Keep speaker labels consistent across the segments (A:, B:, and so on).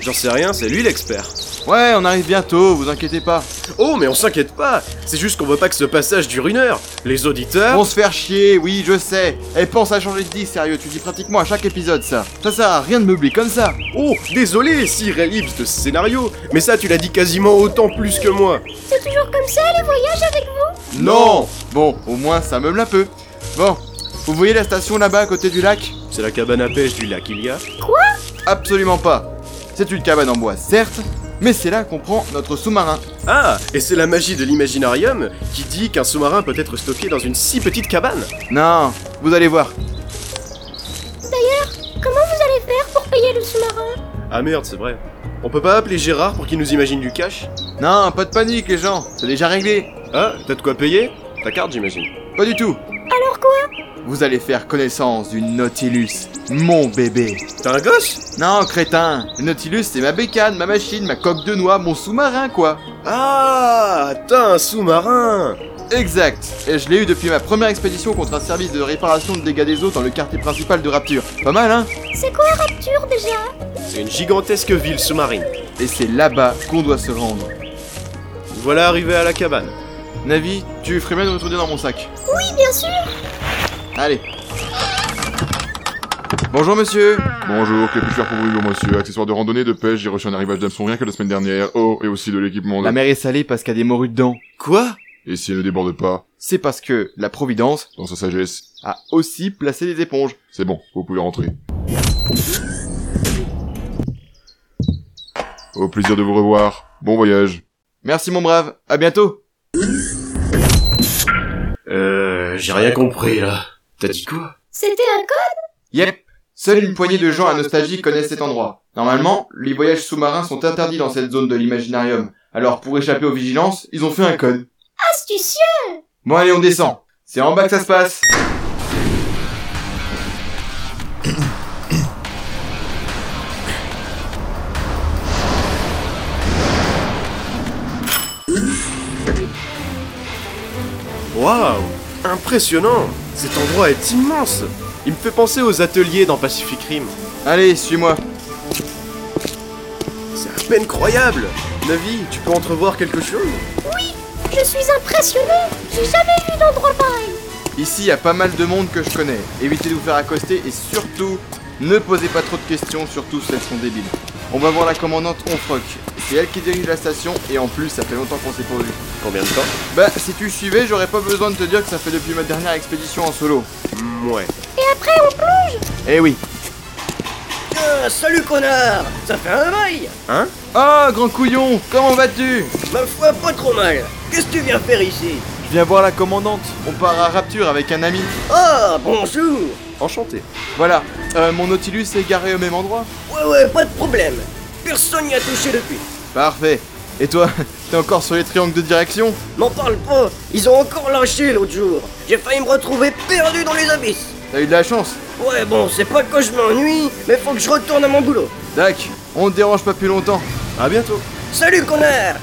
A: J'en sais rien, c'est lui l'expert.
B: Ouais, on arrive bientôt, vous inquiétez pas.
A: Oh, mais on s'inquiète pas C'est juste qu'on veut pas que ce passage dure une heure. Les auditeurs...
B: On se faire chier, oui, je sais. Et pense à changer de disque, sérieux, tu dis pratiquement à chaque épisode ça. Ça sert à rien de meubler comme ça.
A: Oh, désolé, si Relibs de ce scénario, mais ça tu l'as dit quasiment autant plus que moi.
C: C'est toujours comme ça les voyages avec vous
B: Non Bon, au moins ça meuble un peu. Bon, vous voyez la station là-bas à côté du lac
A: C'est la cabane à pêche du lac, il y a
B: Absolument pas. C'est une cabane en bois, certes, mais c'est là qu'on prend notre sous-marin.
A: Ah, et c'est la magie de l'imaginarium qui dit qu'un sous-marin peut être stocké dans une si petite cabane.
B: Non, vous allez voir.
C: D'ailleurs, comment vous allez faire pour payer le sous-marin
A: Ah merde, c'est vrai. On peut pas appeler Gérard pour qu'il nous imagine du cash
B: Non, pas de panique les gens, c'est déjà réglé.
A: Ah, t'as de quoi payer Ta carte, j'imagine.
B: Pas du tout.
C: Alors quoi
B: Vous allez faire connaissance du Nautilus, mon bébé.
A: T'as un gosse
B: Non, crétin, le Nautilus c'est ma bécane, ma machine, ma coque de noix, mon sous-marin quoi.
A: Ah, t'as un sous-marin
B: Exact, et je l'ai eu depuis ma première expédition contre un service de réparation de dégâts des eaux dans le quartier principal de Rapture. Pas mal hein
C: C'est quoi Rapture déjà
A: C'est une gigantesque ville sous-marine.
B: Et c'est là-bas qu'on doit se rendre.
A: Voilà arrivé à la cabane.
B: Navi, tu ferais bien de retourner dans mon sac.
C: Oui bien sûr
B: Allez. Bonjour monsieur.
D: Bonjour, que puis-je faire pour vous, monsieur Accessoires de randonnée, de pêche, j'ai reçu un arrivage d'hameçon rien que la semaine dernière. Oh, et aussi de l'équipement de...
B: La mer est salée parce qu'il y a des morues dedans.
A: Quoi
D: Et si elle ne déborde pas,
B: C'est parce que la Providence
D: dans sa sagesse,
B: a aussi placé des éponges.
D: c'est bon, vous pouvez rentrer. Au plaisir de vous revoir. Bon voyage.
B: Merci mon brave, à bientôt.
A: Euh, j'ai rien compris là. T'as dit quoi
C: C'était un code
B: Yep. Seule une poignée de gens à nostalgie connaissent cet endroit. Normalement, les voyages sous-marins sont interdits dans cette zone de l'imaginarium. Alors pour échapper aux vigilances, ils ont fait un code.
C: astucieux
B: Bon allez, on descend. C'est en bas que ça se passe.
A: Waouh Impressionnant Cet endroit est immense Il me fait penser aux ateliers dans Pacific Rim.
B: Allez, suis-moi.
A: C'est à peine croyable Navi, tu peux entrevoir quelque chose
C: Je suis impressionnée J'ai jamais vu d'endroit pareil
B: Ici, y a pas mal de monde que je connais. Évitez de vous faire accoster et surtout, ne posez pas trop de questions, surtout si elles sont débiles. On va voir la commandante Onfroc. C'est elle qui dirige la station et en plus, ça fait longtemps qu'on s'est pas vu.
A: Combien de temps
B: Bah, si tu suivais, j'aurais pas besoin de te dire que ça fait depuis ma dernière expédition en solo.
A: Ouais.
B: Eh oui.
E: Ah, salut connard Ça fait un bail
B: Oh, grand couillon, comment vas-tu
E: Ma foi, pas trop mal Qu'est-ce que tu viens faire ici
B: Je viens voir la commandante. On part à Rapture avec un ami.
E: Ah, bonjour
A: Enchanté.
B: Voilà, Euh, mon Nautilus est garé au même endroit.
E: Ouais, ouais, pas de problème Personne n'y a touché depuis
B: Parfait. Et toi, t'es encore sur les triangles de direction
E: M'en parle pas Ils ont encore lâché l'autre jour J'ai failli me retrouver perdu dans les abysses
B: T'as eu de la chance.
E: Ouais, bon, c'est pas que je m'ennuie, mais faut que je retourne à mon boulot
B: Dac, on te dérange pas plus longtemps.
A: À bientôt
E: Salut connard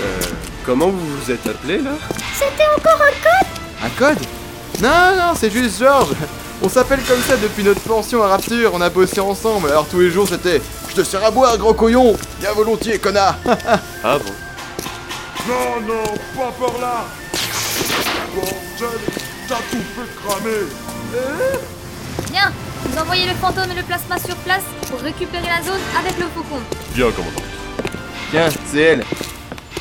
A: Euh, comment vous vous êtes appelé là
C: C'était encore un code
B: Un code Non, non, c'est juste Georges On s'appelle comme ça depuis notre pension à Rapture, on a bossé ensemble, alors tous les jours c'était « Je te sers à boire, grand couillon Bien volontiers, connard
A: Ah bon
F: Non, non, pas par là Bordel, t'as tout fait cramer
G: Bien, vous envoyez le fantôme et le plasma sur place pour récupérer la zone avec le faucon.
D: Bien, commandant. !»
B: Tiens, c'est elle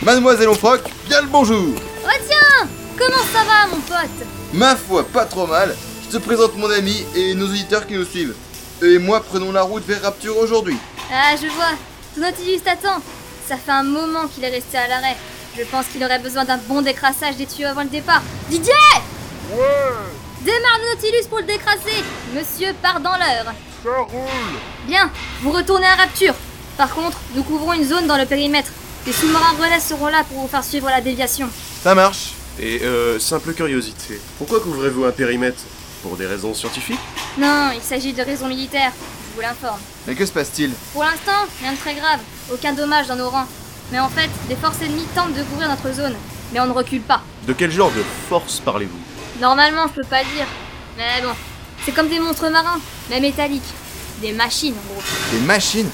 B: Mademoiselle Onfroc, bien le bonjour
G: Retiens Oh, Comment ça va, mon pote
B: Ma foi, pas trop mal Je te présente mon ami et nos auditeurs qui nous suivent. Eux et moi prenons la route vers Rapture aujourd'hui.
G: Ah, je vois. Ton Nautilus t'attend. Ça fait un moment qu'il est resté à l'arrêt. Je pense qu'il aurait besoin d'un bon décrassage des tuyaux avant le départ. Didier
F: Ouais,
G: Démarre le Nautilus pour le décrasser Monsieur part dans l'heure
F: ça roule
G: Bien, vous retournez à Rapture. Par contre, nous couvrons une zone dans le périmètre. Les sous-marins relais seront là pour vous faire suivre la déviation.
B: Ça marche
A: Et euh, simple curiosité. Pourquoi couvrez-vous un périmètre Pour des raisons scientifiques
G: Non, il s'agit de raisons militaires, je vous l'informe.
B: Mais que se passe-t-il
G: Pour l'instant, rien de très grave, aucun dommage dans nos rangs. Mais en fait, des forces ennemies tentent de couvrir notre zone, mais on ne recule pas.
A: De quel genre de force parlez-vous
G: Normalement, je peux pas le dire. Mais bon, c'est comme des monstres marins, mais métalliques. des machines, en gros.
B: Des machines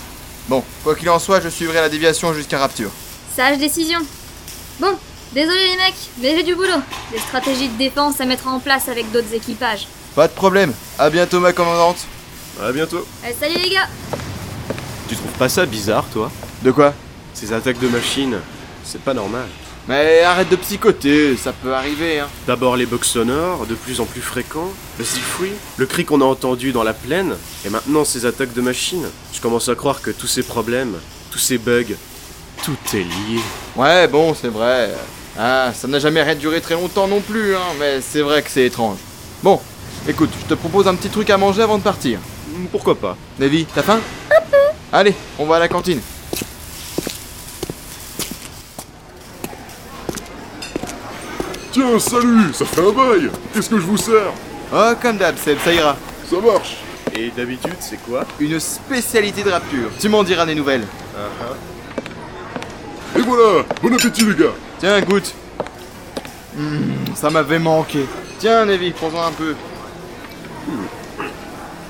B: Bon, quoi qu'il en soit, je suivrai la déviation jusqu'à Rapture.
G: Sage décision. Bon, désolé les mecs, mais j'ai du boulot. Des stratégies de défense à mettre en place avec d'autres équipages.
B: Pas de problème, à bientôt ma commandante.
A: À bientôt.
G: Allez, salut les gars
A: Tu trouves pas ça bizarre, toi
B: De quoi
A: Ces attaques de machines, c'est pas normal.
B: Mais arrête de psychoter, ça peut arriver, hein.
A: D'abord les bugs sonores, de plus en plus fréquents, le zifouille, le cri qu'on a entendu dans la plaine, et maintenant ces attaques de machines. Je commence à croire que tous ces problèmes, tous ces bugs, tout est lié.
B: Ouais, bon, c'est vrai. Ah, ça n'a jamais rien duré très longtemps non plus, hein, mais c'est vrai que c'est étrange. Bon, écoute, je te propose un petit truc à manger avant de partir.
A: Hmm, Pourquoi pas
B: Davy, t'as faim Allez, on va à la cantine.
D: Tiens, salut Ça fait un bail Qu'est-ce que je vous sers
B: Oh, comme d'hab, Seb, ça ira.
D: Ça marche
A: Et d'habitude, c'est quoi
B: Une spécialité de Rapture. Tu m'en diras des nouvelles.
D: Et voilà Bon appétit, les gars
B: Tiens, goûte. Hmm, ça m'avait manqué. Tiens, Davy, prends-en un peu.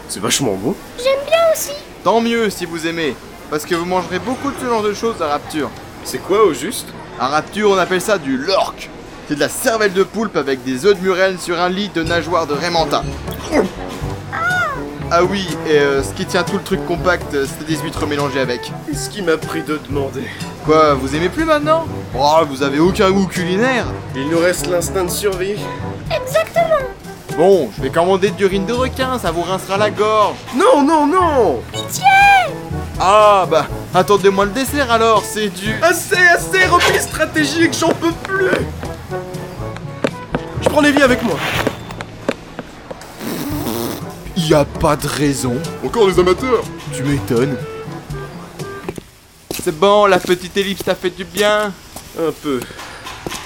A: C'est vachement bon.
B: Tant mieux si vous aimez, parce que vous mangerez beaucoup de ce genre de choses à Rapture.
A: C'est quoi au juste
B: À Rapture, on appelle ça du lork. C'est de la cervelle de poulpe avec des œufs de murène sur un lit de nageoires de Raymanta. Ah oui, et euh, ce qui tient tout le truc compact, euh, c'est des huîtres mélangées avec.
A: Qu'est-ce qui m'a pris de demander
B: Quoi, vous aimez plus maintenant Oh, vous avez aucun goût culinaire
A: Il nous reste l'instinct de survie.
B: Bon, je vais commander de l'urine de requin, ça vous rincera la gorge.
A: Non, non, non
B: Ah bah, attendez-moi le dessert alors, c'est du...
A: Assez, assez, repli stratégique, j'en peux plus Je prends les vies avec moi.
B: Y a pas de raison,
D: Encore des amateurs
B: tu m'étonnes. C'est bon, la petite ellipse, ça fait du bien.
A: Un peu.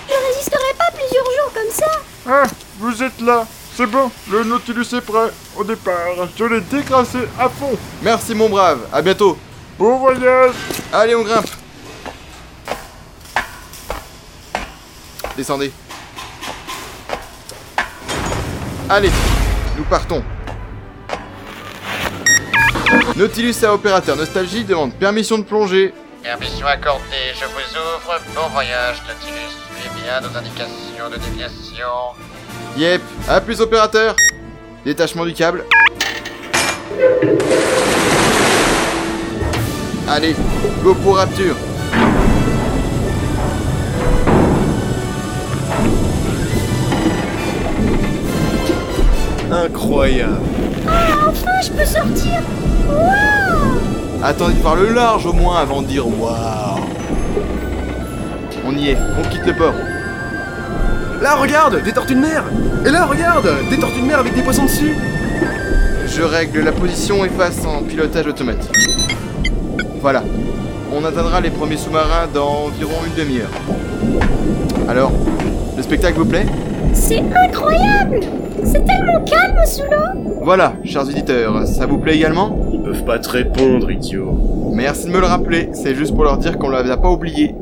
C: Je résisterai pas plusieurs jours comme ça.
F: Ah, vous êtes là. C'est bon, le Nautilus est prêt. Au départ, je l'ai décrassé à fond.
B: Merci mon brave, à bientôt.
F: Bon voyage
B: Allez, on grimpe. Descendez. Allez, nous partons. Nautilus à opérateur Nostalgie demande permission de plonger.
H: Permission accordée, je vous ouvre. Bon voyage, Nautilus. Suivez bien nos indications de déviation.
B: Yep, à plus opérateur. Détachement du câble. Allez, go pour Rapture.
A: Incroyable.
C: Enfin, je peux sortir.
B: Attendez de voir le large au moins avant de dire waouh. On y est, on quitte le port.
A: Là, regarde, des tortues de mer Et là, regarde, des tortues de mer avec des poissons dessus
B: Je règle la position et passe en pilotage automatique. Voilà. On atteindra les premiers sous-marins dans environ une demi-heure. Alors, le spectacle vous plaît
C: C'est incroyable. C'est tellement calme sous l'eau.
B: Voilà, chers auditeurs, ça vous plaît également
A: Ils peuvent pas te répondre, idiot.
B: Merci de me le rappeler, c'est juste pour leur dire qu'on ne l'a pas oublié.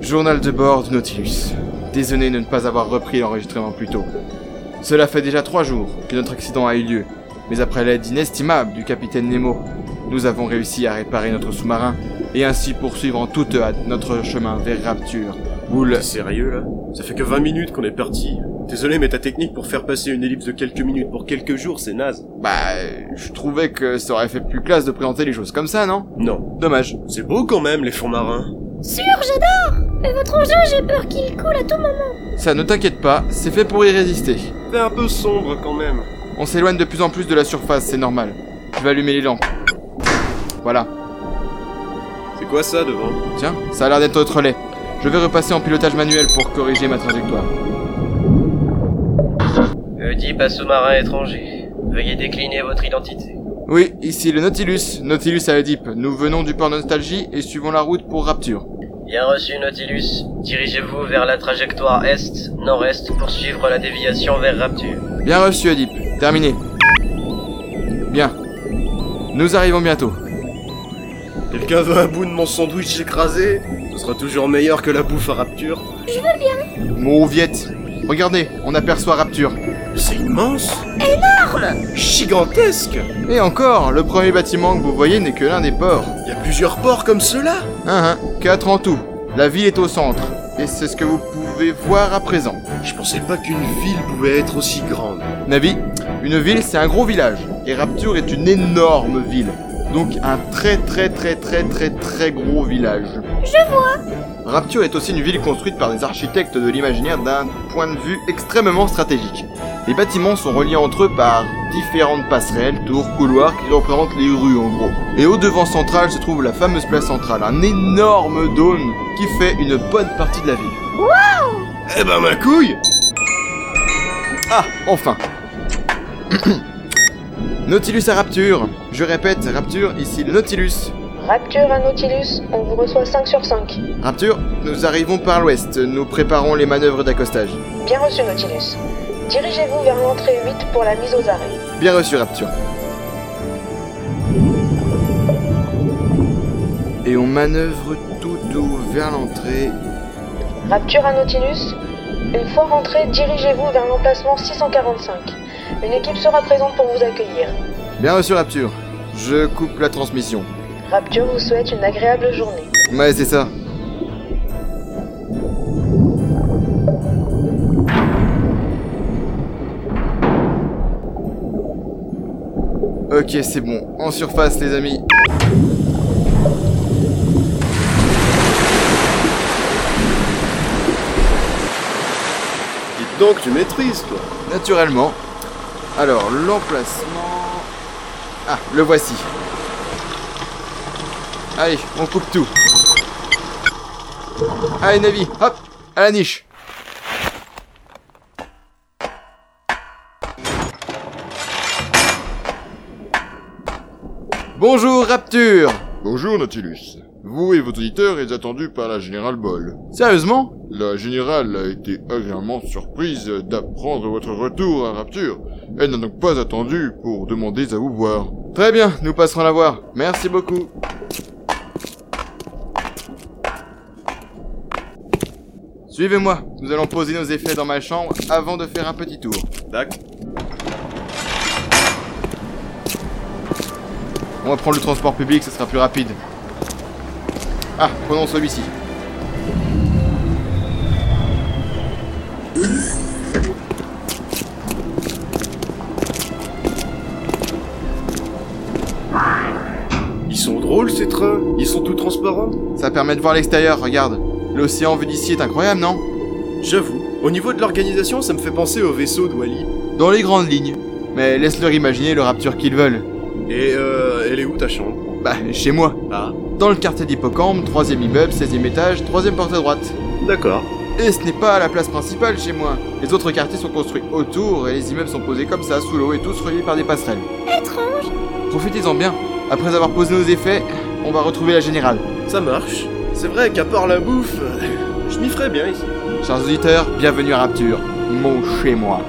B: Journal de bord du Nautilus. Désolé de ne pas avoir repris l'enregistrement plus tôt. Cela fait déjà trois jours que notre accident a eu lieu, mais après l'aide inestimable du capitaine Nemo, nous avons réussi à réparer notre sous-marin et ainsi poursuivre en toute hâte notre chemin vers Rapture. Boule.
A: T'es sérieux, là Ça fait que 20 minutes qu'on est parti. Désolé, mais ta technique pour faire passer une ellipse de quelques minutes pour quelques jours, c'est naze.
B: Bah, je trouvais que ça aurait fait plus classe de présenter les choses comme ça, non
A: Non.
B: Dommage.
A: C'est beau quand même, les fonds marins.
C: Sûr, j'adore. Mais votre engin, j'ai peur qu'il coule à tout moment.
B: Ça, ne t'inquiète pas, c'est fait pour y résister.
A: C'est un peu sombre quand même.
B: On s'éloigne de plus en plus de la surface, c'est normal. Je vais allumer les lampes. Voilà.
A: C'est quoi ça devant
B: Tiens, ça a l'air d'être notre relais. Je vais repasser en pilotage manuel pour corriger ma trajectoire.
I: Oedipe à sous-marin étranger. Veuillez décliner votre identité.
B: Oui, ici le Nautilus. Nautilus à Oedipe. Nous venons du port Nostalgie et suivons la route pour Rapture.
I: Bien reçu, Nautilus. Dirigez-vous vers la trajectoire est-nord-est pour suivre la déviation vers Rapture.
B: Bien reçu, Oedipe. Terminé. Bien. Nous arrivons bientôt.
A: Quelqu'un veut un bout de mon sandwich écrasé Ce sera toujours meilleur que la bouffe à rapture.
B: Mon Viette, regardez, on aperçoit Rapture.
A: C'est immense Énorme Gigantesque
B: Et encore, le premier bâtiment que vous voyez n'est que l'un des ports.
A: Il y a plusieurs ports comme ceux-là
B: Hein, hein, quatre en tout. La ville est au centre, et c'est ce que vous pouvez voir à présent.
A: Je pensais pas qu'une ville pouvait être aussi grande.
B: Navi, une ville c'est un gros village, et Rapture est une énorme ville. Donc un très très très très très très gros village. Je vois Rapture est aussi une ville construite par des architectes de l'imaginaire d'un point de vue extrêmement stratégique. Les bâtiments sont reliés entre eux par différentes passerelles, tours, couloirs qui représentent les rues en gros. Et au devant central se trouve la fameuse place centrale, un énorme dôme qui fait une bonne partie de la ville.
A: Eh ben ma couille
B: Ah, enfin Nautilus à Rapture Je répète, Rapture, ici le Nautilus.
J: Rapture à Nautilus, on vous reçoit 5 sur 5.
B: Rapture, nous arrivons par l'ouest, nous préparons les manœuvres d'accostage.
J: Bien reçu Nautilus. Dirigez-vous vers l'entrée 8 pour la mise aux arrêts.
B: Bien reçu, Rapture. Et on manœuvre tout doux vers l'entrée.
J: Rapture à Nautilus, une fois rentré, dirigez-vous vers l'emplacement 645. Une équipe sera présente pour vous accueillir.
B: Bien reçu, Rapture. Je coupe la transmission.
J: Rapture vous souhaite une agréable journée.
B: Ouais, c'est ça. Ok, c'est bon. En surface, les amis.
A: Dites donc, tu maîtrises, toi
B: Naturellement. Alors, l'emplacement... Ah, le voici. Allez, on coupe tout. Allez, Navi, hop, à la niche. Bonjour, Rapture
D: Bonjour Nautilus. Vous et votre auditeur êtes attendus par la générale Boll.
B: Sérieusement
D: La générale a été agréablement surprise d'apprendre votre retour à Rapture. Elle n'a donc pas attendu pour demander à vous voir.
B: Très bien, nous passerons la voir. Merci beaucoup. Suivez-moi, nous allons poser nos effets dans ma chambre avant de faire un petit tour.
A: D'accord.
B: On va prendre le transport public, ce sera plus rapide. Ah, prenons celui-ci.
A: Ils sont drôles, ces trains Ils sont tout transparents
B: Ça permet de voir l'extérieur, regarde. L'océan vu d'ici est incroyable, non
A: J'avoue. Au niveau de l'organisation, ça me fait penser au vaisseau de Wally.
B: Dans les grandes lignes. Mais laisse-leur imaginer le rapture qu'ils veulent.
A: Et euh, elle est où ta chambre
B: Bah, chez moi.
A: Ah,
B: Dans le quartier d'Hippocampe, troisième immeuble, 16ème étage, troisième porte à droite.
A: d'accord.
B: Et ce n'est pas la place principale chez moi. Les autres quartiers sont construits autour et les immeubles sont posés comme ça, sous l'eau et tous reliés par des passerelles.
C: Étrange.
B: Profitez-en bien. Après avoir posé nos effets, on va retrouver la générale.
A: Ça marche. C'est vrai qu'à part la bouffe, je m'y ferais bien ici.
B: Chers auditeurs, bienvenue à Rapture, mon chez moi.